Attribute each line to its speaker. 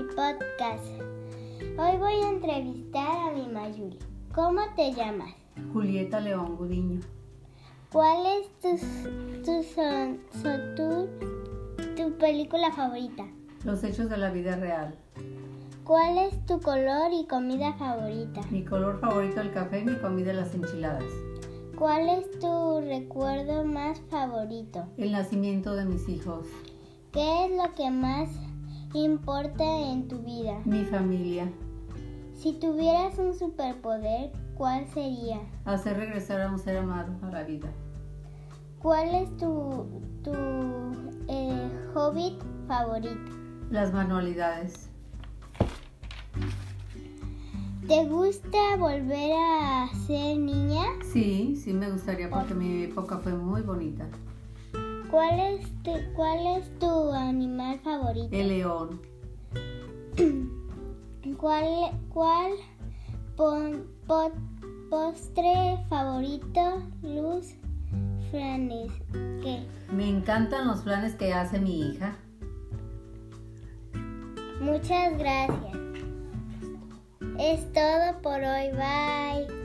Speaker 1: podcast. Hoy voy a entrevistar a mi Mayuli. ¿Cómo te llamas?
Speaker 2: Julieta León Gudiño.
Speaker 1: ¿Cuál es tu, tu, son- son- tu, tu película favorita?
Speaker 2: Los hechos de la vida real.
Speaker 1: ¿Cuál es tu color y comida favorita?
Speaker 2: Mi color favorito el café y mi comida las enchiladas.
Speaker 1: ¿Cuál es tu recuerdo más favorito?
Speaker 2: El nacimiento de mis hijos.
Speaker 1: ¿Qué es lo que más importa en tu vida?
Speaker 2: Mi familia.
Speaker 1: Si tuvieras un superpoder, ¿cuál sería?
Speaker 2: Hacer regresar a un ser amado a la vida.
Speaker 1: ¿Cuál es tu, tu eh, hobbit favorito?
Speaker 2: Las manualidades.
Speaker 1: ¿Te gusta volver a ser niña?
Speaker 2: Sí, sí me gustaría porque mi época fue muy bonita.
Speaker 1: ¿Cuál es tu, cuál es tu animal favorito?
Speaker 2: El león.
Speaker 1: ¿Cuál, cuál pon- po- postre favorito, Luz Franes? ¿Qué?
Speaker 2: Me encantan los planes que hace mi hija.
Speaker 1: Muchas gracias. Es todo por hoy. Bye.